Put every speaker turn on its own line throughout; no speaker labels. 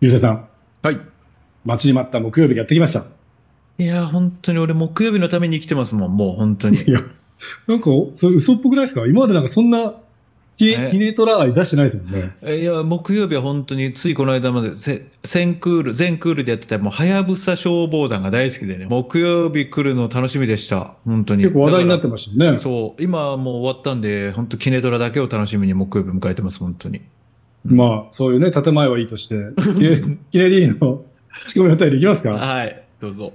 ゆうせいさん、
はい。
待ちに待った木曜日がやってきました。
いやー、本当に俺、木曜日のために生きてますもん、もう本当に。
いや、なんか、それ嘘っぽくないですか今までなんかそんな、ひね
え
ひねとら愛出してないですもんね。
いや、木曜日は本当に、ついこの間まで、せ全クール、全クールでやってた、もう、はやぶさ消防団が大好きでね、木曜日来るの楽しみでした、本当に。
結構話題になって
ま
ましたよね。
そう、今はもう終わったんで、本当、キネドラだけを楽しみに木曜日迎えてます、本当に。
まあ、そういうね、建前はいいとして、キネ キネ D の仕込みお便りいきますか
はい、どうぞ。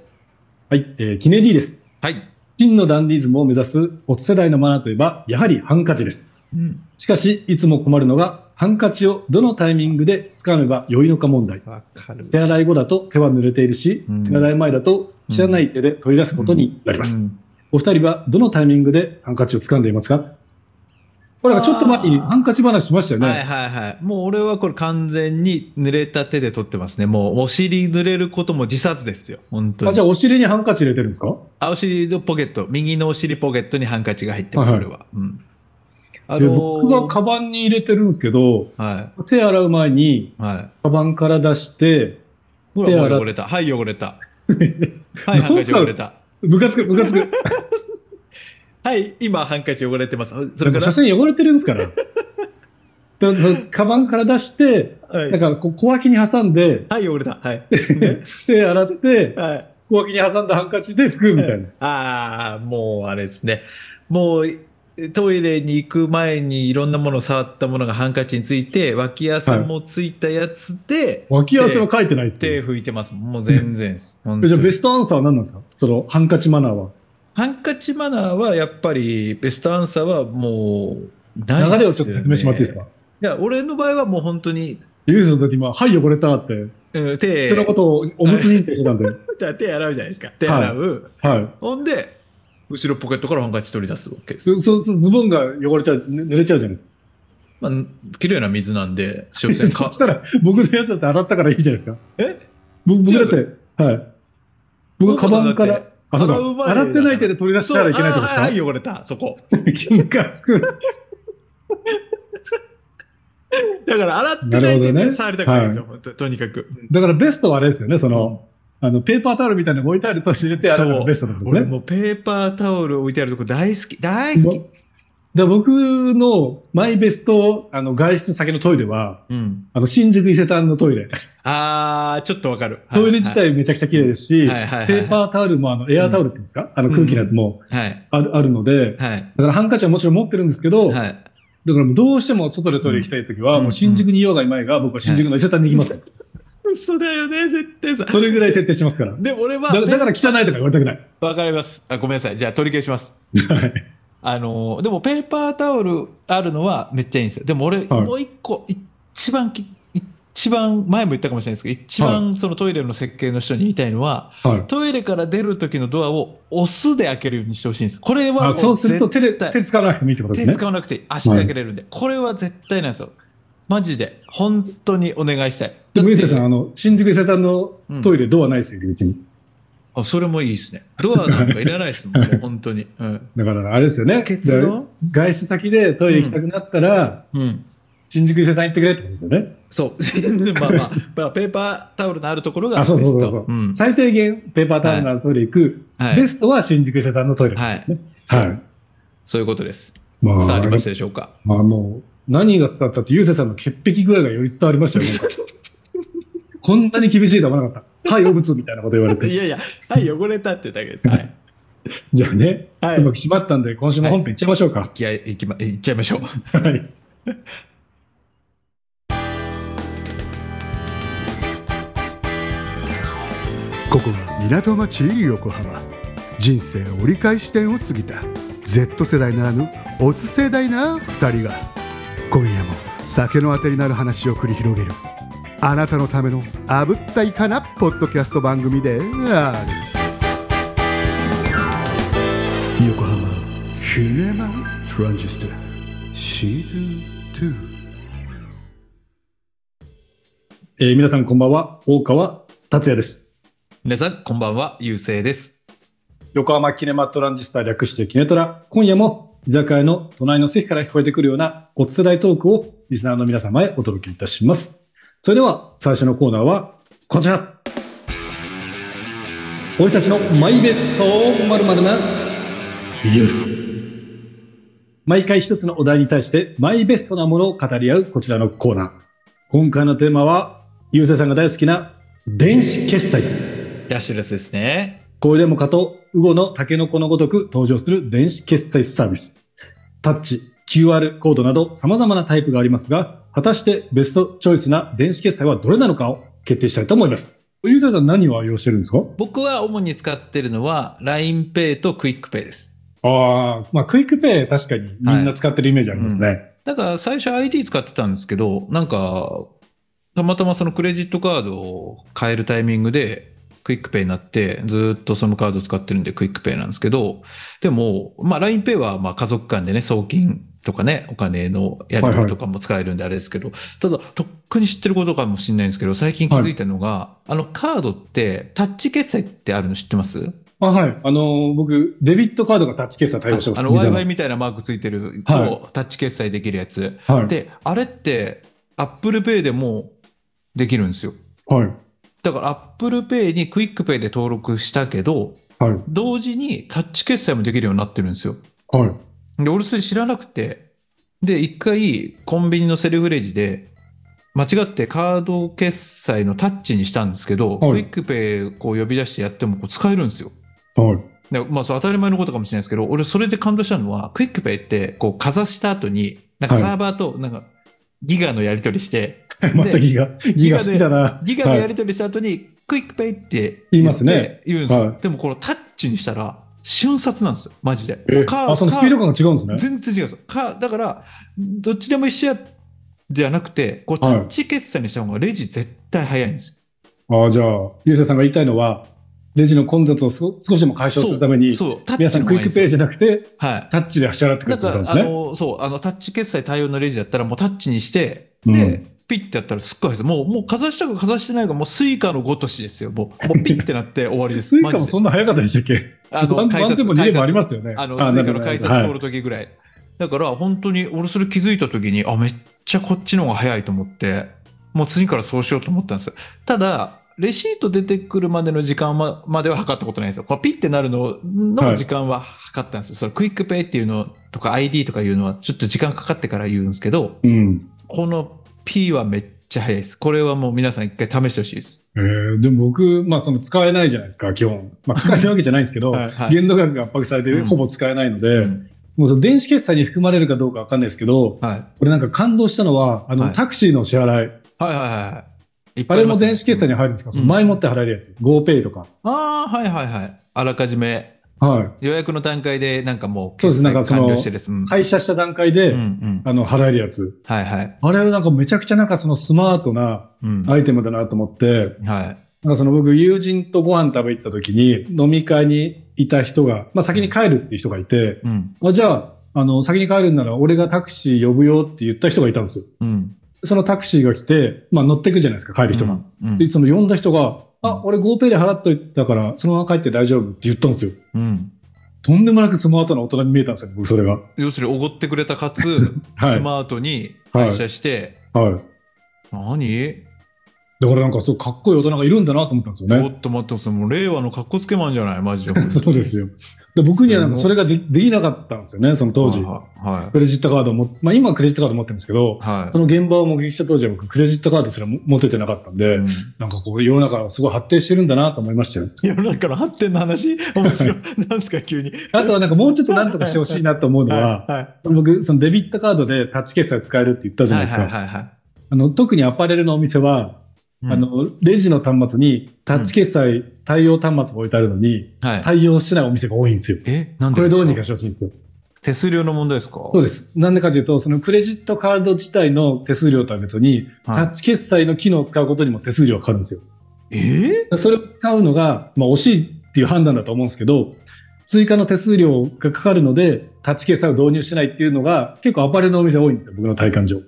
はい、えーキネ D です。
はい。
真のダンディズムを目指す、オツ世代のマナーといえば、やはりハンカチです。
うん。
しかし、いつも困るのが、ハンカチをどのタイミングで掴めば良いのか問題。
わかる。
手洗い後だと手は濡れているし、
うん
手洗い前だと知らない手で取り出すことになります。
うん
お二人はどのタイミングでハンカチを掴んでいますかこれなんかちょっと前に
あー
ハンカチ話しましたよね。
はいはいはい。もう俺はこれ完全に濡れた手で撮ってますね。もうお尻濡れることも自殺ですよ。本当
あじゃ
に。
あお尻にハンカチ入れてるんですか
あ、お尻のポケット、右のお尻ポケットにハンカチが入ってます、
は
そ
い
れは。うん。あ
で
のー
僕がカバンに入れてるんですけど、
は
手洗う前に
い。はい。
カバンから出して、
ほ
手
ら、
洗
も
っ
う汚れた。はい、汚れた。はい、ハンカチ汚れた。
ムカつく、ムカつく。
はい、今、ハンカチ汚れてます。そ
な
れ
ん
か
から車、線汚れてるんですから。だ からそのカバンから出して、
はい
なんかこう小脇に挟んで、
はい、汚れた。 はい。ね
手洗って、
はい。
小脇に挟んだハンカチで拭くみたいな。
ああ、もうあれですね。もうトイレに行く前にいろんなもの触ったものがハンカチについて、脇汗もついたやつで
脇汗は書いてないです
手
よ。
拭いてます。もう全然です。本当
じゃあベ
に
ストアンサーは何なんですかそのハンカチマナーは。
ハンカチマナーはやっぱりベストアンサーはもうないっすよね
流れをちょっと説明してもらっていいですか
いや、俺の場合はもう本当に、
ユースの時今、はい、汚れたって、
うん手
そのことをおむつ認定してたんで。はい。
手洗うじゃないですか。手洗う。ほんで、後ろポケットからハンカチ取り出すわけです。
そそそズボンが汚れちゃう、ぬ濡れちゃうじゃないですか。
まあ、綺麗な水なんで、所詮か
そしたら、僕のやつだって洗ったからいいじゃないですか。
え
僕僕だって、はい。僕、カバンか
だっ
ら
て、
あ、そうだ
洗う前だから
洗ってない手で取り出し
そう
たらいけないってこ
あーはい、
と
汚れた、そこ。
ですかムカつく。
だから、洗ってな
な
い手
るほど
で
ね
触りたくないですよ、本当とにかく。
だからベストはあれですよね、その、あの、ペーパータオルみたいなの置いてあるトイレで洗うのがベストなんです
俺
ね。
もうペーパータオル置いてあるとこ大好き、大好き。
で僕のマイベスト、あの、外出先のトイレは、
うん。
あの、新宿伊勢丹のトイレ。
あー、ちょっとわかる。はい
トイレ自、体めちゃくちゃ綺麗ですし、
はいはいはいはい
ペーパータオルもあのエアータオルっていうんですか、あの空気のやつも
はい、
ある,、あるので、
はい、
だからハンカチはもちろん持ってるんですけど、
はい。
だからもうどうしても外でトイレ行きたいときは、
うん
もう新宿にいようがいまいが、僕は新宿の伊勢丹に行きます、
嘘だよね、絶対さ。
それぐらい徹底しますから。
で、俺は、
だだから汚いとか言われたくない。
わかります。あ、ごめんなさい。じゃあ、取り消します。
はい
あのーでも、ペーパータオルあるのはめっちゃいいんですよ。でも、俺、
はい
もう一個、一番き、一番、前も言ったかもしれないですけど、一番そのトイレの設計の人に言いたいのは、
はい。
トイレから出る時のドアを押すで開けるようにしてほしいんです。これは
あ
も
そうすると
絶
手で、
対
手使わなくてもいいってことです
手
ね。
使わなくていい。足で開けれるんで。これは絶対なんですよ。マジで。本当にお願いしたい。
でも、伊勢さん、
だっ
あの、新宿伊勢丹の
てうん
トイレ、ドアないですよ、入り口に。
あそれもいいですね。ドアなんかいらないですもん、もう本当に。うん、
だから、あれですよね。
結論
外出先でトイレ行きたくなったら、
うん。
新宿伊勢丹行ってくれってことですよね。
そう。 まあまあ、まあ、ペーパータオルのあるところが
あ、そう
ベ
そうそ
ス
うそう
ト。うん。
最低限、ペーパータオルのあるトイレ行く、
はい
ベストは新宿伊勢丹のトイレなんですね。
はい
はい。
そういうことです。
ま
伝わりま
あ
し、たでしょうか。
まあもう、何が伝わったって、ゆうせいさんの潔癖具合がより伝わりましたよ、 今回こんなに厳しいとは思わなかった。はい、おむつみたいなこと言われ
い
て。
やいや、 はい、汚れたってだけです。はい。
じゃあね、
は
うま
い。
く閉まったんで、今週も本編行っちゃいましょうか。
気合い、いきま、いっちゃいましょう。
はい。
ここは港町横浜人生折り返し点を過ぎた Z 世代ならぬオツ世代な2人が今夜も酒のあてになる話を繰り広げるあなたのためのあぶったいかなポッドキャスト番組である横浜シネマトランジスタシーズン2
えー皆さんこんばんは、大川達也です。
皆さん、こんばんは、ゆうせいです。
横浜キネマトランジスタ略してキネトラ。今夜も居酒屋の隣の席から聞こえてくるようなおつらいトークをリスナーの皆様へお届けいたします。それでは最初のコーナーはこちら俺たちのマイベストまるな夜毎回一つのお題に対してマイベストなものを語り合うこちらのコーナー今回のテーマはゆうせいさんが大好きな電子決済
キャッシュレスですね。
これでもかと、ウゴのタケノコのごとく登場する電子決済サービス。タッチ、QR コードなど様々なタイプがありますが、果たしてベストチョイスな電子決済はどれなのかを決定したいと思います。ユーザーさん何を愛用してるんですか
僕は主に使ってるのは LINEPay と QuickPay です。
ああ、まあクイックペイ確かにみんな使ってるイメージありますね。
だから最初 ID 使ってたんですけど、なんか、たまたまそのクレジットカードを変えるタイミングで、クイックペイになって、ずーっとそのカード使ってるんでクイックペイなんですけど、でも、まあ LINEPay はまあ家族間でね、送金とかね、お金のやり取りとかも使えるんであれですけど、ただ、とっくに知ってることかもしれないんですけど、最近気づいたのが、あのカードってタッチ決済ってあるの知ってます
あはい。あのー僕、デビットカードがタッチ決済対応してます。
あの
ビザ
Wi-Fi みたいなマークついてると、
は
タッチ決済できるやつ。
はい。
で、あれって、Apple Pay でもできるんですよ。
はい。
だから Apple Pay に Quick Pay で登録したけど、
はい。
同時にタッチ決済もできるようになってるんですよ。
はい。
で、俺それ知らなくて、で、一回コンビニのセルフレジで、間違ってカード決済のタッチにしたんですけど、
はい
Quick Pay こう呼び出してやってもこう使えるんですよ。
はい。
でまあ、そう当たり前のことかもしれないですけど、俺、それで感動したのは、クイックペイって、こう、かざした後に、なんか
はい
サーバーと、なんか、ギガのやり取りして、
またギガ、ギガ好きだな。
ギガのや
はい
り取りした後に、クイックペイって
言いますね。
言うんですよ。
はい
でも、このタッチにしたら、瞬殺なんですよ、マジで。
え
カー
あ、そのスピード感が違うんですね
カー。全然違うんですよ。カーだから、どっちでも一緒や、じゃなくて、こう、タ
はい
ッチ決済にした方が、レジ絶対早いんですよ。
ああ、じゃあ、ゆうせいさんが言いたいのは、レジの混雑をそ少しでも解消するために、
そう、タ
皆
ッ
さ
チ
ん
の
クイッ
方がいいんで
ク
す
ペイ
よ。
じゃなくて、
はい。
タッチで支払ってくれ
な
っ
ん
てこと
か、
です
あ
ね。
の、そう、あの、タッチ決済対応のレジだったら、もうタッチにして、
うん
で、ピッてやったらすっごいです。もう、もうかざしたかかざしてないか、もうスイカのごとしですよ。もう、もうピッてなって終わりです。
スイカ
マ
も
ジで
そんな早かったでしたっけ
あの、
何
改
点
札、
も2でもありま
改札
すよね。
あの、
あ
スイカの改札通
る
るときぐらい。だから、本当に、俺それ気づいたときに、あ、めっちゃこっちの方が早いと思って、もう次からそうしようと思ったんですよ。ただ、レシート出てくるまでの時間はまでは測ったことないんですよ。こうピッてなるのの時間は測ったんですよ。そのクイックペイっていうのとか ID とかいうのはちょっと時間かかってから言うんですけど、
うん。
この P はめっちゃ早いです。これはもう皆さん一回試してほしいです。
えーでも僕、まあ、その使えないじゃないですか、基本。まあ、使えるわけじゃないんですけど、
はいはい
限度額が圧迫されて
うん
ほぼ使えないので、
ん
もうその電子決済に含まれるかどうかわかんないですけど、
はい。
これなんか感動したのは、あの、
はい
タクシーの支払い。
はいはいはいはい。いっぱ
あ
い
れ
りま
も
すね
電子決済に入るんですか、
ん
その前もって払えるやつ。GoPay とか。
ああ、はいはいはい。あらかじめ
はい。
予約の段階でなんかもう
そうで
決
すな
済
んかその
完了してです。うん
退社した段階で、
うんうん。
あの、払えるやつ。
はいはい。
あれはなんかめちゃくちゃなんかそのスマートな
うん。
アイテムだなと思って、
はい。
なんかその僕友人とご飯食べ行った時に飲み会にいた人が、まあ先に帰るっていう人がいて、
うん。
あじゃあ、あの、先に帰るんなら俺がタクシー呼ぶよって言った人がいたんですよ。
うん。
そのタクシーが来て、まあ乗ってくじゃないですか、帰る人が。
うん。
で、その呼んだ人が、
う
あ、
ん
俺 GoPay で払っといたから、そのまま帰って大丈夫って言ったんですよ。
うん。
とんでもなくスマートな大人に見えたんですよ、僕それが。
要するに、おごってくれたかつ、
はい
スマートに会社して、
はい。
何
だからなんかそう、かっこいい大人がいるんだなと思ったんですよね。
おっと待ってます。もう令和のかっこつけマンじゃないマジ で。
そうですよ。で僕にはなんか
す
そ
ご
れがでできなかったんですよね、その当時。
はいは
クレジットカードをも、まあ今はクレジットカード持ってるんですけど
い。、はい。
その現場を目撃した当時は僕クレジットカードすらも持ててなかったんで、
うん
なんかこう世の中はすごい発展してるんだなと思いま したよ。
世の中の発展 の話、面白い。なんすか、急に。
あとはなんかもうちょっとなんとかしてほしいなと思うのは、
はいはい
僕、そのデビットカードでタッチ決済使えるって言ったじゃな
はいい
ですか。
はいはい。
あの特にアパレルのお店は、
うん
あ、の、レジの端末にタッチ決済対応端末が置いてあるのに、
はい。
対応してないお店が多いんですよ。
え、なん
こ
で
れ
です
ど
か
うにかしてほしいんですよ。
手数料の問題ですか
そうです。なんでかというと、そのクレジットカード自体の手数料とは別に、
は
タッチ決済の機能を使うことにも手数料がかかるんですよ。
い、え
それを使うのが、まあ、惜しいっていう判断だと思うんですけど、追加の手数料がかかるので、タッチ決済を導入しないっていうのが、結構アパレルのお店多いんですよ、僕の体感上。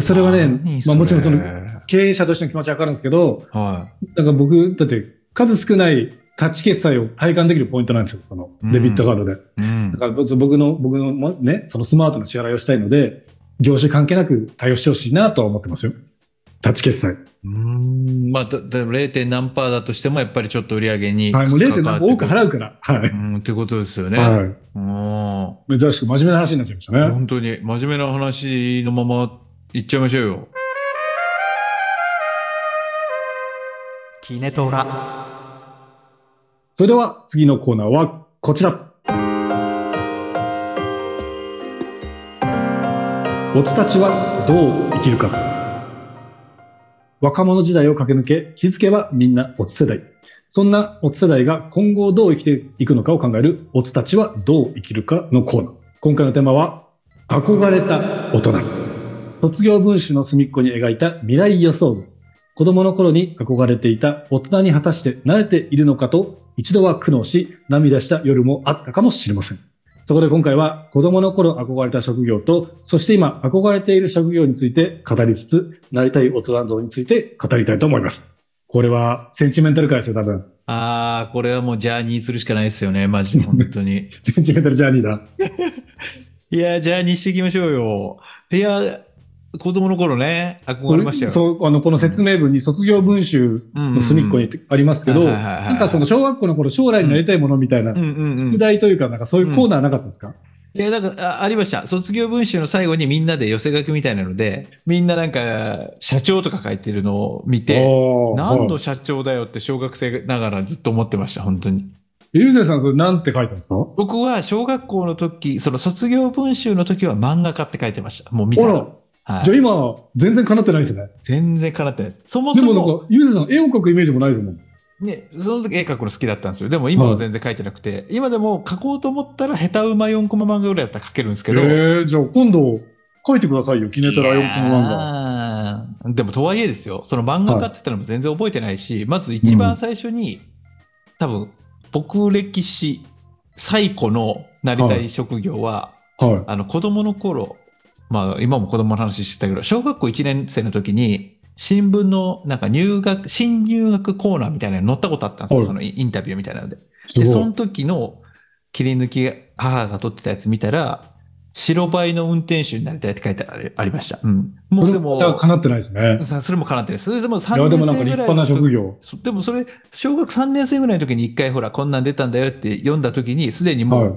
それはね
何、そ
まあ、
れ
もちろんその経営者としての気持ちはわかるんですけど、
は
だから僕、だって数少ないタッチ決済を体感できるポイントなんですよ、そのデビットカードで。
い。うん
だ。から僕僕の、僕のもね、そのスマートな支払いをしたいので、業種関係なく対応してほしいなとは思ってますよ。タッチ決済。
うんまあ、だだ 0. 何パーだとしても、やっぱりちょっと売り上げに
はい、もう 0. 何多く払
う。
うから。はい。
うん、ってことですよね。
は
うん
い。珍しく真面目な話になっちゃいましたね。
本当に真面目な話のままいっちゃいましょうよ。
キネトラ
それでは次のコーナーはこちら。ボツたちはどう生きるか。若者時代を駆け抜け、気づけばみんなオツ世代。そんなオツ世代が今後どう生きていくのかを考えるオツたちはどう生きるかのコーナー。今回のテーマは憧れた大人。卒業文集の隅っこに描いた未来予想図。子供の頃に憧れていた大人に果たして慣れているのかと一度は苦悩し涙した夜もあったかもしれません。そこで今回は子供の頃憧れた職業と、そして今憧れている職業について語りつつ、なりたい大人像について語りたいと思います。これはセンチメンタル回ですよ、多分。
ああ、これはもうジャーニーするしかないですよね、マジで本当 に。
センチメンタルジャーニーだ。
いやー、ジャーニーしていきましょうよ。いやー、子供の頃ね、憧れましたよ。
そう、あの、この説明文に卒業文集
うんうん
の隅っこにありますけど、
はいはいはいはい
なんかその小学校の頃将来になりたいものみたいな
うんうんうん
宿題というか、なんかそういうコーナーなかったですか、
いや、なんか、あありました。卒業文集の最後にみんなで寄せ書きみたいなので、みんななんか、社長とか書いてるのを見て、
おー
何
は
の
い
社長だよって小学生ながらずっと思ってました、本当に。
ゆうせいさん、それなんて書いたんですか
僕は小学校の時、その卒業文集の時は漫画家って書いてました。もう見
あ
た
ら
ら。、は
じゃあ
い、
今、全然叶ってないですね。
全然叶ってないです。そも
で
そ
も
も
なんか、ゆうせいさん、絵を描くイメージもないですもん。
ね、その時絵描くの好きだったんですよ。でも今は全然描いてなくて、今でも描こうと思ったら下手馬4コマ漫画ぐらいだったら描けるんですけど。
えー、じゃあ今度、描いてくださいよ、キネタラ4コマ漫画。
画。でもとはいえですよ、その漫画家って言ったのも全然覚えてないし、まず一番最初に、多分、僕歴史最古のなりたい職業は、
はい。
あの子供の頃、まあ今も子供の話してたけど、小学校1年生の時に、新聞のなんか入学、新入学コーナーみたいなのに載ったことあったんですよ、
はい
そのインタビューみたいなので。
す
で、そ
ご
の
い。
時の切り抜き、母が撮ってたやつ見たら、白バイの運転手になりたいって書いてありありました。うん。もうで
これだから
も、
叶ってないですね。
さそれも叶ってる。それでも3
いや、で
年
もなん
生
か
ぐ
立
ら
派
いの
な
時
職業。
そでもそれ、小学3年生ぐらいの時に一回ほら、こんなん出たんだよって読んだ時に、すでにも
は
う
い。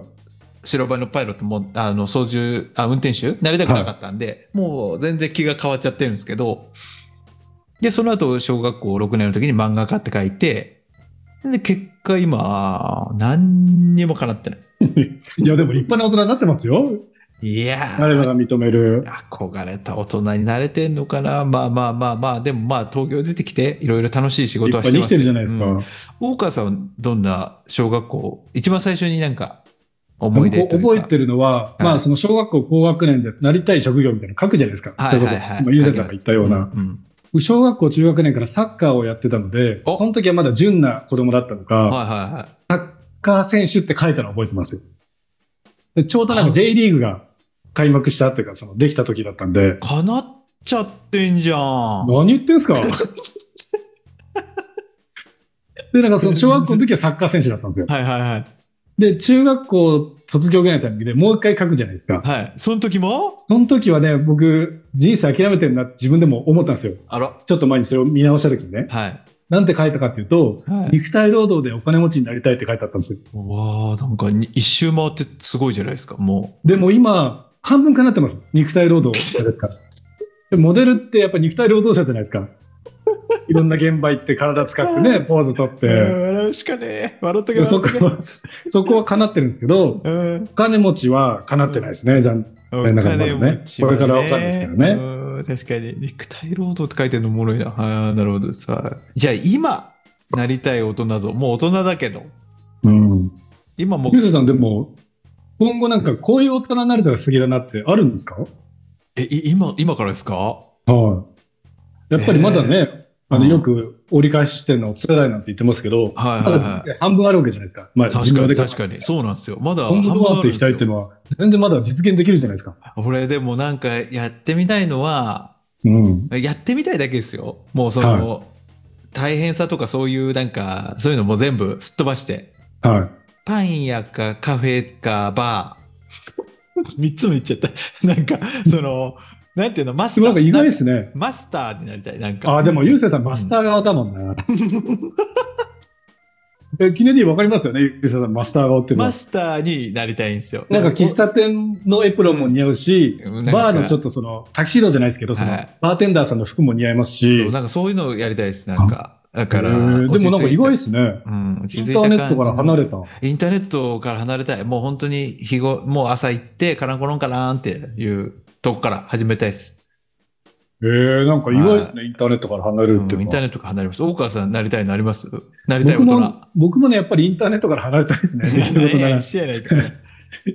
白バイのパイロットも、あの、操縦、あ、運転手なりたくなかったんで、もう全然気が変わっちゃってるんですけど、で、その後、小学校6年の時に漫画家って書いて、で、結果今、何にも叶ってない。
いや、でも立派な大人になってますよ。
いや
誰かが
ー、
認める。
憧れた大人になれてんのかなまあまあまあまあ、でもまあ、東京出てきて、いろいろ楽しい
立
仕事は
派
して
に生き
ます
て
よ
るじゃないですか。
うん大川さんはどんな小学校、一番最初になんか、思い出というか
僕覚えてるのは、
い
まあ、その小学校高学年でなりたい職業みたいなの書くじゃないですか。
はい
それこそ、
はいはい
今、ゆうせいさんが言ったような。
うん
小学校中学年からサッカーをやってたので、
お
その時はまだ純な子供だったのか、
はいはいはい。
サッカー選手って書いたの覚えてますよ。でちょうどなんか J リーグが開幕したっていうか、そのできた時だったんで、
叶っちゃってんじゃん。
何言ってんすか で、なんかその小学校の時はサッカー選手だったんですよ。
はいはいはい。で
で、中学校卒業ぐらいのタイミングでもう一回書くじゃないですか。
はい。その時も
その時はね、僕、人生諦めてるなって自分でも思ったんですよ。
あら。
ちょっと前にそれを見直した時にね。
はい。
なんて書いたかっていうと、
はい、
肉体労働でお金持ちになりたいって書いてあったんですよ。
うわあなんかに一周回ってすごいじゃないですか、も
でも今、半分かなってます。肉体労働者ですから。でモデルってやっぱり肉体労働者じゃないです か。いろんな現場行って体使ってね、ポーズ取っ
う。
て。
笑うしかねえ。笑った
でそこは、そこは叶ってるんですけど、
うん。
お金持ちは叶ってないですね。残
お
金持ちはねこれからわかんないですけどね
うん確かに。肉体労働って書いてるのおもろいな。はい、なるほどです。はいじゃあ今、なりたい大人像。もう大人だけど。
うん。
今もう
ゆずさんでも、今後なんかこういう大人になれたらすげだなってあるんですか
え、い今、今からですか
はい。やっぱりまだね、あの
うん
よく折り返ししてるのを世代なんて言ってますけど、
はい
ま
はいは
だ
い。
半分あるわけじゃないですか。まあ、
確かに
考え
確かに。そうなんですよ。まだ
今後どうなっていきたい
半分あるんです
っていうのは、
よ
全然まだ実現できるじゃないですか。
俺でもなんかやってみたいのは
うん。
やってみたいだけですよもうその、大変さとかそういうなんかそういうのも全部すっ飛ばして
は
パン屋か カフェかバー三つも言っちゃったなんかそのなんていうの、マス
で
ター。
もなんか意外で
な
すね。
マスターになりたい。なんか。
あー、でも、ゆうせいさん、マスター側だもん な。え、キネディわかりますよね、ゆうせいさん、マスター側っていうのは
マ。スターになりたいんですよ。
なんか喫茶店のエプロンも似合うし、
うんなんか
バーのちょっとその、タキシードじゃないですけど、その
はい、
バーテンダーさんの服も似合います
そ
し
う。なんかそういうのをやりたいです、なんか。だから、
えーでもなんか意外ですね。
うん、
インターネットから離
れ
れた。
インターネットから離れたい。もう本当に日ご、もう朝行って、カランコロンカラーンっていうとこから始めたいです。
えー、なんか意外ですね、インターネットから離れ
うん
るっていう
イン
の
ター
は。
ネットから離れます。大川さん、なりたいなりますなりたい大
僕
人。
も、僕もね、やっぱりインターネットから離れたいです ね。できること
い
な
や
ら
一緒やないか。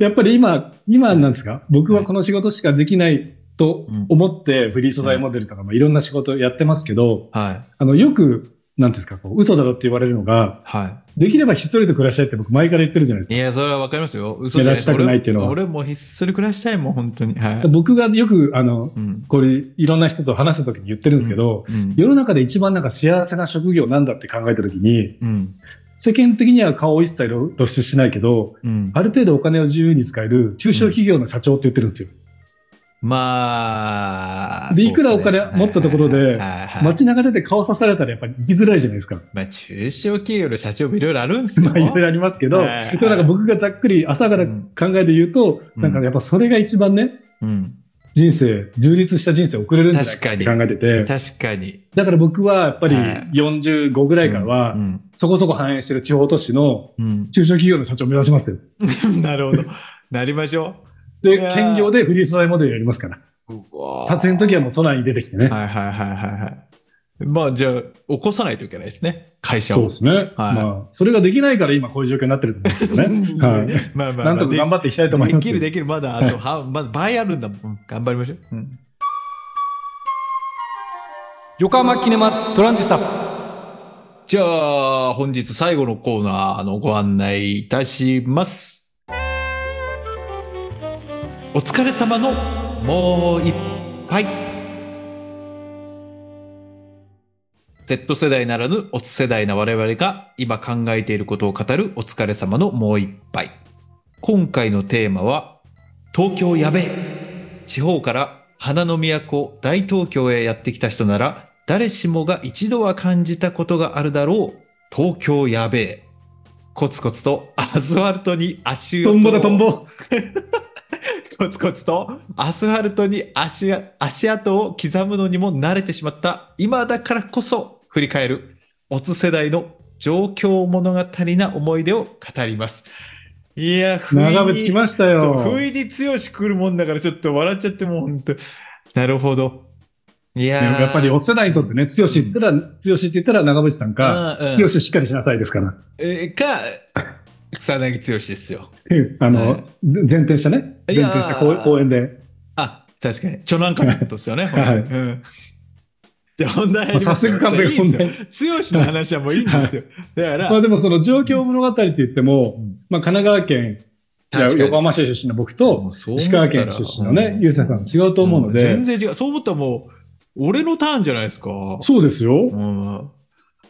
やっぱり今、今なんですか僕はこの仕事しかできないと思って、フリー素材モデルとか、まあいろんな仕事やってますけど、
はい。
あの、よく、なんていうんですか、こう嘘だろって言われるのが、
は
できればひっそりと暮らしたいって僕前から言ってるじゃないです
い。
か。
いや、それはわかりますよ。嘘
目立ちたくないっていうのは
俺も俺もひっそり暮らしたいもん、本当に。はい。
僕がよく、あの、
うん。
これ、いろんな人と話した時に言ってるんですけど、
うん。
世の中で一番なんか幸せな職業なんだって考えた時に、
うん。
世間的には顔を一切露出しないけど、
うん
ある程度お金を自由に使える中小企業の社長って言ってるんですよ。
まあ、
でいくら
そうっすね
お金持ったところで
はいはいはい
街中で顔刺されたらやっぱり生きづらいじゃないですか。
まあ、中小企業の社長もいろいろあるんですよ。
まあいろいろありますけど、
はいはい
でもなんか僕がざっくり朝から考えて言うと、
うん
なんかやっぱそれが一番ね、
うん、
人生、充実した人生を送れるんじゃないかって考えてて、
確かに。
だから僕はやっぱり
はい
45ぐらいからは、
うん
そこそこ繁栄してる地方都市の
うん
中小企業の社長を目指しますよ。
なるほど。なりましょい
で、
やー
兼業でフリー素材モデルやりますから。
う。うわー
撮影の時はもう都内に出てきてね。
はいはいはいはいはい。まあ、じゃあ、起こさないといけないですね。会社
そう
を。
ですね。まあ、それができないから今こういう状況になってると思うんですよね。 はい。
まあまあ、
なんとか頑張っていきたいと思い
で
ます。
きるできる。まだ、あと、はまだ倍あるんだもん。頑張りましょう。うん
横浜キネマトランジスタ
じゃあ、本日最後のコーナーのご案内いたします。お疲れ様のもう一杯。Z 世代ならぬオツ世代な我々が今考えていることを語るお疲れ様のもう一杯。今回のテーマは東京やべえ地方から花の都大東京へやってきた人なら誰しもが一度は感じたことがあるだろう東京やべえコツコツとアスファルトに足
ト
音を
ンボだトンボ。
コツコツとアスファルトに足や足跡を刻むのにも慣れてしまった今だからこそ振り返るオツ世代の状況物語な思い出を語ります。いや、不意
長
に
渕来ました
そう
よ。
不意に強し来るもんだからちょっと笑っちゃってもう本当なるほど。いや
でも
ー
やっぱり、お世代にとってね、強しって言ったら、強しって言ったら長渕さんか、
うんうん
強ししっかりしなさいですから。
えーか、草薙剛ですよ。
うんあの、
はい
ぜ前転したね。
い
前
やー
転した公公園で。
あ、確かに。ちょなんかのことですよ ね、
はい
本当にうんじゃあ本題入り
まあ
ま
さすが完
い
璧
いん
本
ですよ
題。
強しの話はもういいんで すよ。だから、
まあでもその状況物語って言っても、
うん
まあ神奈川県、いや
確かに
横浜市出身の僕と、石川県出身のね、ゆうせいさん違うと
と
思うので、
全然違う。そう思ったらもう、俺のターンじゃないですか。
そうですよ
う。ん。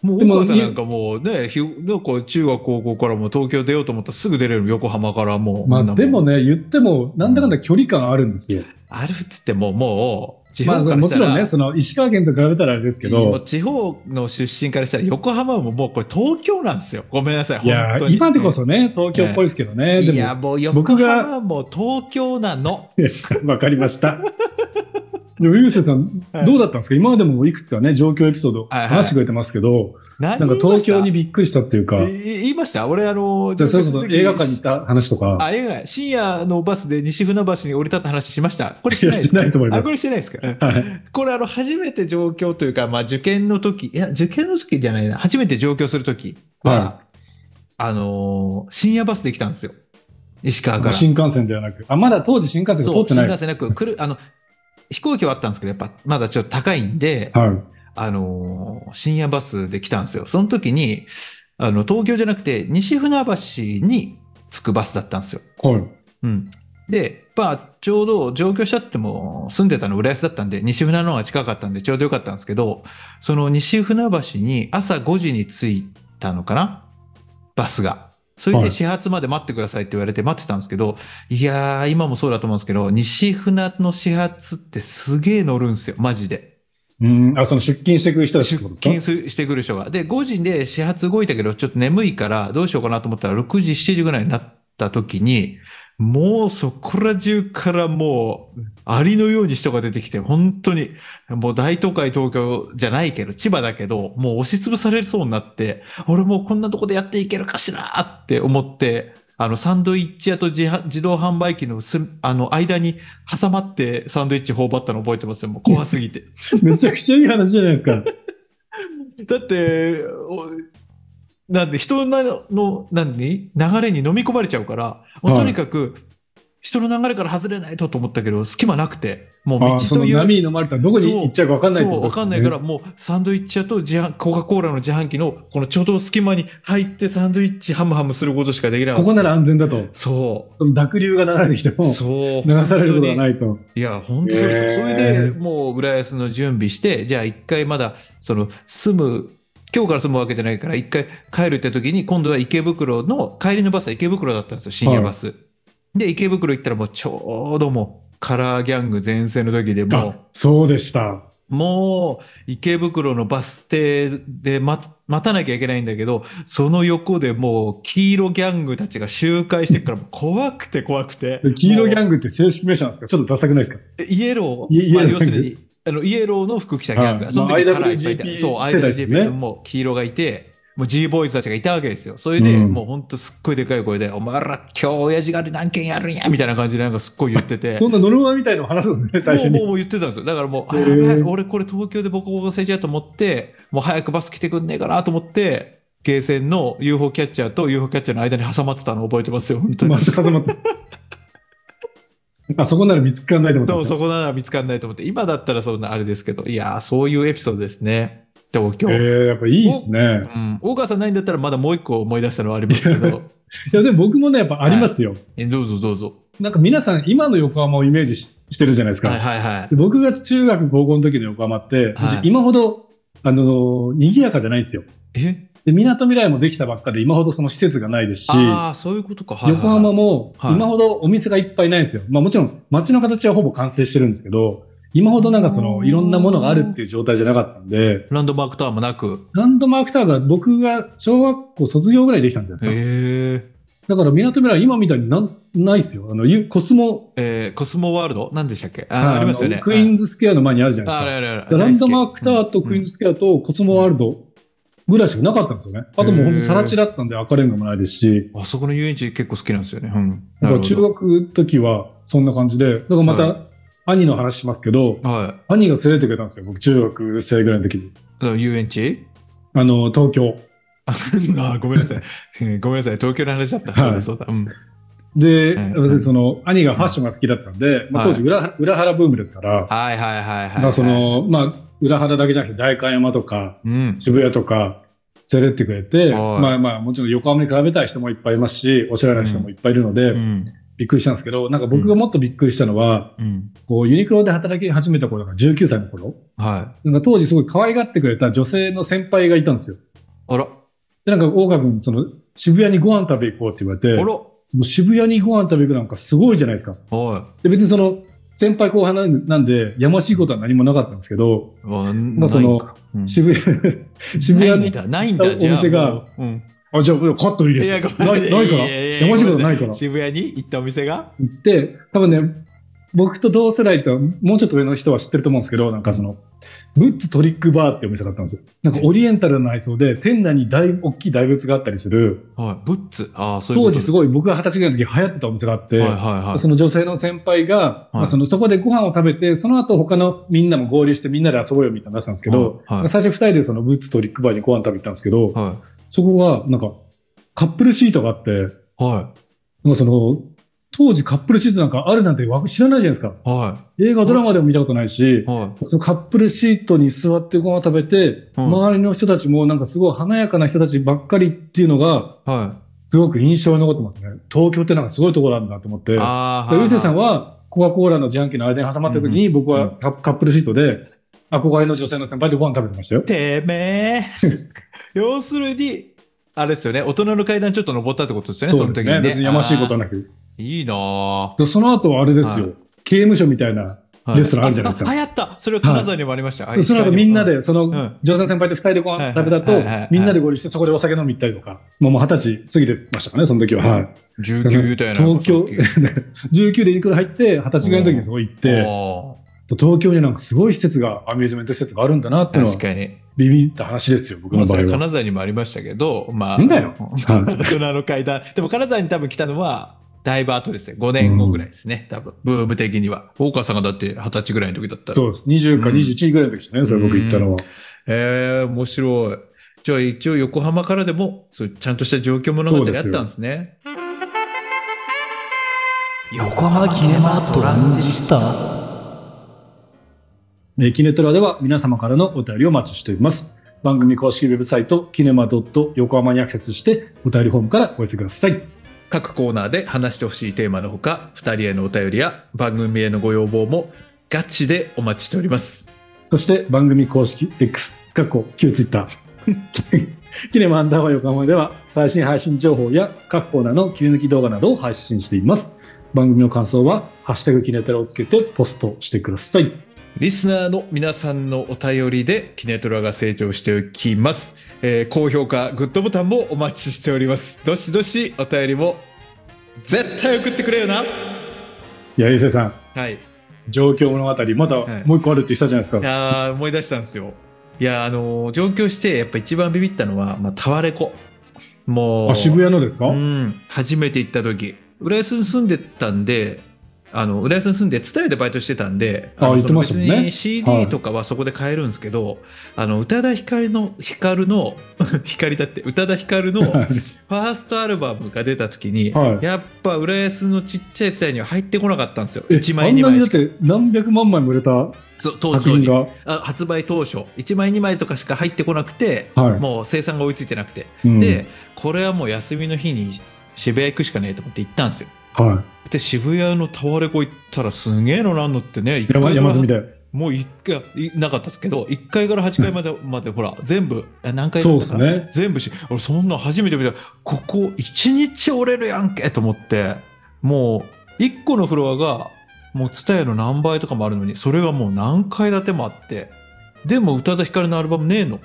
もう、
でも
お母さんなんかもうね、ひなんか中学、高校からもう東京出ようと思ったらすぐ出れる横浜からもう。
まあでも
ね。
ね、言っても、なんだかんだ距離感あるんですよ。
あるっつっても、もう、地
まあ
方から
も
した
ち
ら、
ろんね、その石川県と比べたらあれですけ
もう
ど、
地方の出身からしたら横浜ももうこれ東京なんですよ。ごめんなさい、
いや
本当
ー、
に。
今でこそね、東京っぽいですけどね、
い
で
や、
も、
もう横
僕が
浜はもう東京なの。
わかりました。でも、ゆうせいさん、
はい
どうだったんですか今までもいくつかね、状況エピソード
はいはい
話してくれてますけど、
な
なんか東京にびっくりしたっていうか、
言いました俺、あの、
じゃあそれこそ
上京する時
映画館に行った話とか、
あ、映画、深夜のバスで西船橋に降り立った話しました。これしてないです
いやしてないと思います
あ、これしてないですか。うん
はい
これ、あの、初めて上京というか、まあ、受験の時、いや、受験の時じゃないな、初めて上京する時は、
は
あのー深夜バスで来たんですよ。石川から。
新幹線ではなく、あ、まだ当時新幹線が
そ
通っ
う、
て
新
ない。
幹線なく、来る、あの、飛行機はあったんですけど、やっぱ、まだちょっと高いんで、
はい。
あのー深夜バスで来たんですよ。その時に、あの、東京じゃなくて、西船橋に着くバスだったんですよ。
はい。
うん、で、まあ、ちょうど上京したって言っても、住んでたの浦安だったんで、西船の方が近かったんで、ちょうどよかったんですけど、その西船橋に朝5時に着いたのかなバスが。それ
は
で
い
始発まで待ってくださいって言われて待ってたんですけど、いやー、今もそうだと思うんですけど、西船の始発ってすげー乗るんですよ、マジで。
うん、あ、その出勤してくる人たちっ
出
てこと
勤
です
するしてくる人が。で、5時で始発動いたけど、ちょっと眠いから、どうしようかなと思ったら、6時、7時ぐらいになった時に、もうそこら中からもう、アリのように人が出てきて、本当に、もう大都会東京じゃないけど、千葉だけど、もう押しつぶされそうになって、俺もうこんなとこでやっていけるかしらって思って、あの、サンドイッチ屋と自販自動販売機のす、あの、間に挟まってサンドイッチ頬張ったの覚えてますよ。もう怖すぎて。
かめちゃくちゃいい話じゃないですか。
だって、おなんで人のの何流れに飲み込まれちゃうから、もう
はい
とにかく人の流れから外れないとと思ったけど、隙間なくて、もう
あそ
道と
の
いう。
波に飲まれたらどこに行っちゃうか分かんないって
そう、
こと
わ
ですね
かんないから、。もうサンドイッチ屋と自販コカ・コーラの自販機の、このちょうど隙間に入ってサンドイッチハムハムすることしかできなか
こ
った。
こなら安全だと。
そ
その濁流が流れてきて
う、
も
そう、
流されることがないと。
いや、本当そうですよ。
へー
それでもう浦安の準備して、じゃあ一回まだ、その住む、今日から住むわけじゃないから、一回帰るって時に、今度は池袋の、帰りのバスは池袋だったんですよ、深夜バス。で、池袋行ったらもうちょうどもう、カラーギャング全盛の時でもう
あ、そうでした。
もう池袋のバス停で待つ待たなきゃいけないんだけど、その横でもう黄色ギャングたちが集会してくから、もう怖くて怖くて。
で黄色ギ
もう
ャングって正式名称なんですかちょっとダサくないですか
イエロー、
イエ
まあ
イエロー
要するに、あのイエローの服着たギャング
は
が、
い
その時
まあ
カラーいっぱいいた。
IWGP
そう、
世代ですね
IWGP のもう黄色がいて、もう G ボーイズたちがいたわけですよ。それで、
うん
もうほんとすっごいでかい声で、お前ら今日親父が何件やるんやみたいな感じでなんかすっごい言ってて。
そんなノルマみたいのを話すんですね、 最初
もうも
に。
うもう言ってたんですよ。だからもう、あ
へ
や
ー
ばい、俺これ東京でボコボコされちゃうと思って、もう早くバス来てくんねえかなと思って、ゲーセンの UFO キャッチャーと UFO キャッチャーの間に挟まってたの覚えてますよ、本当に。
また挟まっ た。あそこなら見つからないと思って
そ
ま
う、
した。
そこなら見つかんないと思って、今だったらそんなあれですけど、いやー、そういうエピソードですね。東京。
えー、やっぱいいですね。
うん。大川さんないんだったらまだもう一個思い出したのはありますけど。
いや、でも僕もね、やっぱありますよ。
えどうぞどうぞ。
なんか皆さん、今の横浜をイメージししてるじゃないですか。
はいはいはい。
で僕が中学、高校の時の横浜って、
はい
今ほど、あのー賑やかじゃないんですよ。
え
で、港未来もできたばっかで、今ほどその施設がないですし、
ああ、そういうことか。はいはい
横浜も
はい
今ほどお店がいっぱいないんですよ。まあもちろん街の形はほぼ完成してるんですけど、今ほどなんかそのいろんなものがあるっていう状態じゃなかったんで、
ランドマークタワーもなく。
ランドマークタワーが僕が小学校卒業ぐらいできたんじゃないですか。
えー、
だから港未来今みたいになんないですよ。あの、ゆコスモ、
えー、コスモワールド何でしたっけあ
あ
ありますよね。
のクイーンズスクエアの前にあるじゃ
ああ
ないで
あれ
す
あれあ
か。
れ。
ランドマークタワーとクイーン
ズ。
ズスクエアとコスモワールドぐらいしかなかったんですよね。あともうほんとさら地だったんで赤レンガもないですし、
うんあそこの遊園地結構好きなんですよね。うん。
だから
なるほ
中
ど。
学の時はそんな感じで、だからまた兄の話しますけど、
は
兄が連れてくれたんですよ、僕中学生ぐらいの時に。
い。だから遊園地
あの、東京。
あーごめんなさい、 えーごめんなさい。東京の話だった。そう
は
だ
い
そうだ。うん。
で、
うん
私その、兄がファッションが好きだったんで、まあ、
はい
当時裏、裏原ブームですから、
はいはいはいはい、
まあそ、の、まあ、裏原だけじゃなくて、代官山とか、
うん。
渋谷とか、連れてってくれて、
はい
まあまあ、もちろん横浜に比べたい人もいっぱいいますし、おしゃれな人もいっぱいいるので、
うん。
びっくりしたんですけど、なんか僕がもっとびっくりしたのは、
うん。
こう、ユニクロで働き始めた頃だから、19歳の頃、
はい。
なんか当時すごい可愛がってくれた女性の先輩がいたんですよ。
あら、
で、なんか、大川君、その、渋谷にご飯食べ行こうって言われて、
あら、
もう渋谷にご飯食べ行くなんかすごいじゃないですか。
は
で別にその先輩後輩なんなんでやましいことは何もなかったんですけど、
い。あ
ま
な
あそ
い
の
んか。うん
渋 谷渋
ない
谷
ん
に
だ、ないん
行
だ、
った
じゃあ。
お店が
もう、うん。
あじゃあカットいいで
い
す
や、
よ
ごめん
ないないから
やや
やましいこと
ごめん
ないから
渋谷に行ったお店が
行って多分ね僕と同世代とはもうちょっと上の人は知ってると思うんですけどなんかそのブッツトリックバーってお店があったんですよなんかオリエンタルの内装で店内に大大きい大仏があったりする
はい。ブッツ。ああ、そういう
当
こと
時すごい僕が二十歳ぐらいの時流行ってたお店があって、
はいはいはい。
その女性の先輩が、まあ、そのそこでご飯を食べて、その後他のみんなも合流してみんなで遊ぼうよみたいな話したんですけど、
はいはい
最初二人でそのブッツとリックバーにご飯食べに行ったんですけど、
は
そこがなんかカップルシートがあって、
い。は
なんかその当時カップルシートなんかあるなんてわ知らないじゃないですか。
い。は
映画、ドラマでも見たことないし
い。、は
そのカップルシートに座ってご飯を食べて、
うん
周りの人たちもなんかすごい華やかな人たちばっかりっていうのが、
い。は
すごく印象に残ってますね。東京ってなんかすごいところなんだと思って。
い。ああ、
で、
は
ウ
い
セさんは、コカ・コーラの自販機の間に挟まった時に、僕はカカップルシートで、 憧れの女性の先輩とご飯食べてましたよ。
てめえ。要するに、あれですよね、大人の階段ちょっと登ったってことですよね、そ
そう
の
です
時
ね。
にね。
別にやましいことは
あー
なく。
いいなぁ。
でその後はあれですよ、
はい
刑務所みたいな。
はい
レストランあるじゃないですか
あ流行ったそれは金沢にもありました。あ
でその後みんな。で、その、
ん
上山先輩と二人でご飯食べたと
はいはいはいはい、
みんなで合流してそこでお酒飲み行ったりとか、もうもう二十歳過ぎてましたかね、その時は。はい。
石川にも19みたいな。
東京
さ っ、
19でいくら入って、二十歳ぐらいの時にそこ行っ
き
て、
お
東京になんかすごい施設が、アミューズメント施設があるんだなって
ー
いうの
確
は、
かに。
ビビった話ですよ、僕
ま
の
あ、そ
場
れは
合は。
金沢にもありましたけど、まあ、
なんだよはい
大人の階段。でも金沢に多分来たのは、だいぶ後ですね。5年後ぐらいですね、多分。ブーム的には。大川さんがだって二十歳ぐらいの時だったら。
そうです。20か21ぐらいの時でしたね、それ僕行ったのは。
えー、面白い。じゃあ一応横浜からでも、そうちゃんとした状況物語あ
そう
っ
で
た
す
ん
よ
ですね。
横浜キネマトランジスタ
えーキネトラでは皆様からのお便りをお待ちしております。番組公式ウェブサイト、キネマドット横浜にアクセスして、お便りフォームからお寄せください。
各コーナーで話してほしいテーマのほか、2人へのお便りや番組へのご要望もガチでお待ちしております。
そして番組公式 X、かっこ旧 Twitter、キネマアンダー バー横浜では最新配信情報や各コーナーの切り抜き動画などを配信しています。番組の感想は、ハッシュタグキネトラをつけてポストしてください。
リスナーの皆さんのお便りでキネトラが成長していきます、えー高評価、グッドボタンもお待ちしております。どしどしお便りも絶対送ってくれよな。
いや、ゆうせいさん、
はい。
状況物語、ま
は
だ
い
もう一個あるって言ってたじゃないですか。
いやー思い出したんですよ。いやーあのー上京してやっぱ一番ビビったのは、まあ、タワレコ。もう
あ、渋谷のです か、
うん、初めて行った時浦安に住んでたんであの浦安に住んで蔦屋でバイトしてたんで
あ
の
言ってましたもんね
その
はい
別に CD とかはそこで買えるんですけど、あの宇多田ヒカルの光の 光だって宇多田ヒカルのファーストアルバムが出た時に、
はい
やっぱ浦安のちっちゃい蔦屋には入ってこなかったんですよ
え
1枚
あん
2
なに
枚
だ
し
っ
か
て何百万枚も売れた
そう
作
当時当時
品が、
あ発売当初1枚2枚とかしか入ってこなくて、
はい
もう生産が追いついてなくて
うん
で、これはもう休みの日に渋谷行くしかねえと思って行ったんですよ。
は
で、渋谷のタワレコ行ったらすげえのなんのってね、一
い、山
階から
山積みで、
もう一回、いなかったですけど、1階から8階まで、までほら、全部、あ何階だ
そう
っ
で
た
す
かな、
ね。
全部し、俺そんなん初めて見た、ここ1日折れるやんけと思って、もう1個のフロアが、もうツタヤの何倍とかもあるのに、それがもう何階建てもあって、でも宇多田ヒカルのアルバムねえの、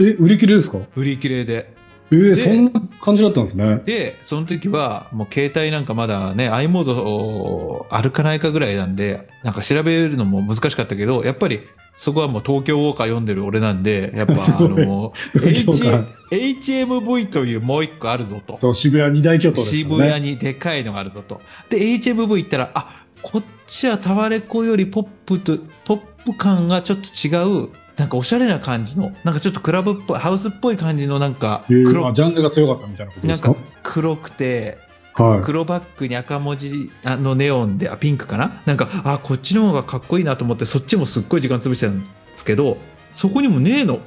え、売り切れですか
売り切れで。
えー、
で
そんな感じだったんですね。
でその時はもう携帯なんかまだね i モードを歩かないかぐらいなんでなんか調べるのも難しかったけどやっぱりそこはもう東京ウォーカー読んでる俺なん でやっぱ
す
あ
ごい
の
東 京ウォーカ
H HMV というもう一個あるぞと、
そう、渋谷二大巨頭ですよね。
渋谷にでかいのがあるぞとで HMV 行ったらあこっちはタワレコよりポップとトップ感がちょっと違うなんかおしゃれな感じのなんかちょっとクラブっぽいハウスっぽい感じのなんか
えー
黒,、
あジャンルが強かったみたいなことで
なん
すか
か黒くて
はい。
黒バッグに赤文字あのネオンであピンクかななんかあこっちの方がかっこいいなと思ってそっちもすっごい時間潰してたんですけどそこにもねえの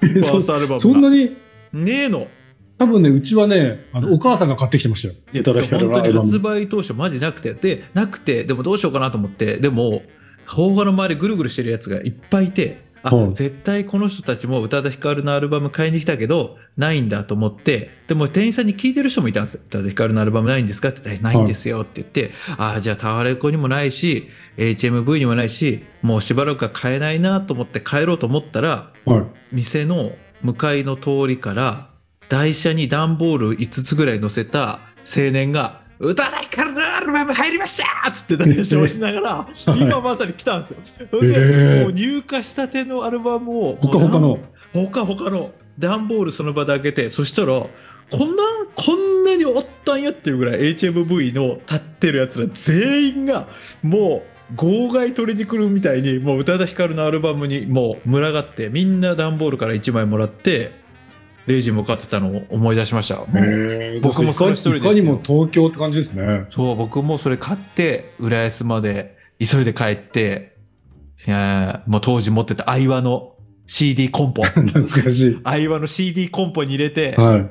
ファーストアルバムが
そんなに、
ねえの
多分ね、うちはね、あのお母さんが買ってきてましたよ。
いや
宇多田ヒカル
本
の
当
アル
に
バム
発売当初マジなくてでなくてでもどうしようかなと思ってでも邦画の周りぐるぐるしてるやつがいっぱいいてあ、
うん
絶対この人たちも宇多田ヒカルのアルバム買いに来たけどないんだと思ってでも店員さんに聞いてる人もいたんですよ宇多田ヒカルのアルバムないんですかって言ったらないんですよって言って、ああじゃあタワレコにもないし HMV にもないしもうしばらくは買えないなと思って帰ろうと思ったら
はい。
店の向かいの通りから台車に段ボール5つぐらい乗せた青年が「歌ないからのアルバム入りました!」っつって台車をしながら今まさに来たんですよ。そ
え
れでもう
ー、
入荷したてのアルバムを
ほかほかの。
ほかほかの段ボールその場で開けてそしたらこんなんこんなにおったんやっていうぐらい HMV の立ってるやつら全員がもう号外取りに来るみたいにもう宇多田ヒカルのアルバムにもう群がってみんな段ボールから1枚もらってレイジ向かってたのを思い出しました。もう
えー
僕もその一人です
いか
よ
にも東京って感じですね。
そう、僕もそれ買って、浦安まで急いで帰って、いやーもう当時持ってたアイワの CD コンポ。
懐かしい。
アイワの CD コンポに入れて、
はい。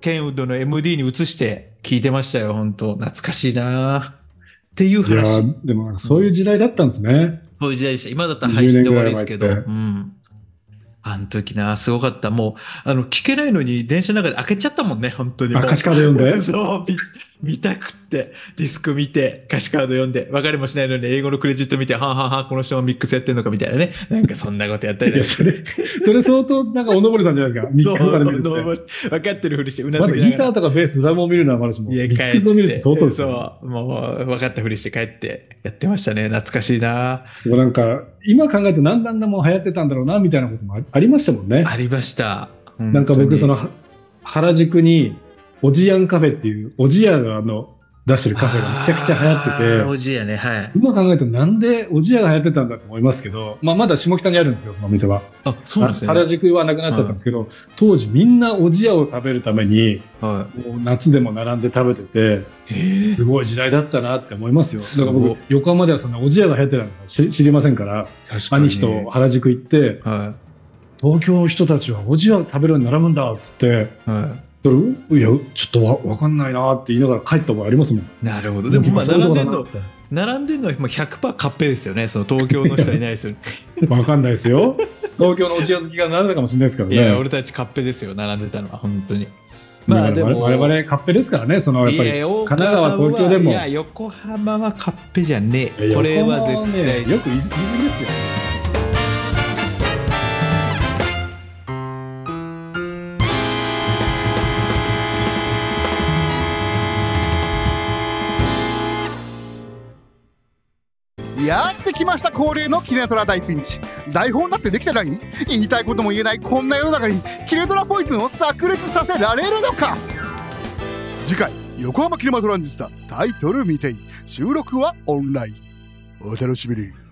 ケンウッドの MD に移して聞いてましたよ、本当懐かしいなーっていう
いや
話。
ーでもなんかそういう時代だったんですね。
そういう時代でした。今だったら配信で終わりですけど。
10年ぐらい前
うん。あの時な、すごかった。もう、あの、聞けないのに電車の中で開けちゃったもんね、本当にもう。
あ、歌詞カード読んで。
そう見、見たくって、ディスク見て、歌詞カード読んで、別れもしないのに英語のクレジット見て、はんはんはん、この人もミックスやってんのかみたいなね。なんかそんなことやったり
い
なん
や、
か
それ、それ相当、なんか、おのぼりさんじゃないですか。ミッ
そう、
クスとかで見るって。
どうも分かってるふりして、うな
ま
ず
ず
き
ギ
なが
タ
ら
ー。とかベース、ドラムを見るのはまだしも、ミ
家
ッ
帰って
クスを見るって相当ですよね、
そう、もう分かったふりして帰ってやってましたね。懐かしいな。
もうなんか、今考えると何段でも流行ってたんだろうな、みたいなこともあありましたもんね。
ありました。
なんか
本当
僕、
に
その、は原宿に、おじやんカフェっていう、おじやがあの出してるカフェがめちゃくちゃ流行
あー
ってて、
おじやね、はい。
今考えるとなんでおじやが流行ってたんだと思いますけど、まあ、まだ下北にあるんですけど、そのお店は。
あ、そうなんですね。
原宿はなくなっちゃったんですけど、当時みんなおじやを食べるために、
は
もう夏でも並んで食べてて、
い。ええ
すごい時代だったなって思いますよ。だから
すごい
僕、横浜ではそんなおじやが流行ってたのか知知りませんから、
確かに。
兄貴と原宿行って、
は
東京の人たちはおじや食べるように並ぶんだっつって、
い。は
それいや、ちょっとわわかんないなって言いながら帰った覚えありますもん。
い。なるほど。でも、まあ、
そういう
並ん
こと
でん
だなっ
の、並んでんのはもう100%カッペですよね。その東京の人はいない ですよね。
てわかんないですよ。東京のおじや好きが並んだかもしれないですから
いや、
ね。
俺たちカッペですよ。並んでたのは、本当に。
まあ
まあ、でも、
我々カッペですからね、そのやっぱ
い
り。
や大
神奈川
川さんは
東京でも
いや、横浜はカッペじゃねえ。これは絶対
よく言い過ぎですよ。
やってきました恒例のキネトラ大ピンチ台本だってできてない言いたいことも言えないこんな世の中にキネトラポイズンを炸裂させられるのか次回横浜キネマトランジスタタイトル未定収録はオンラインお楽しみに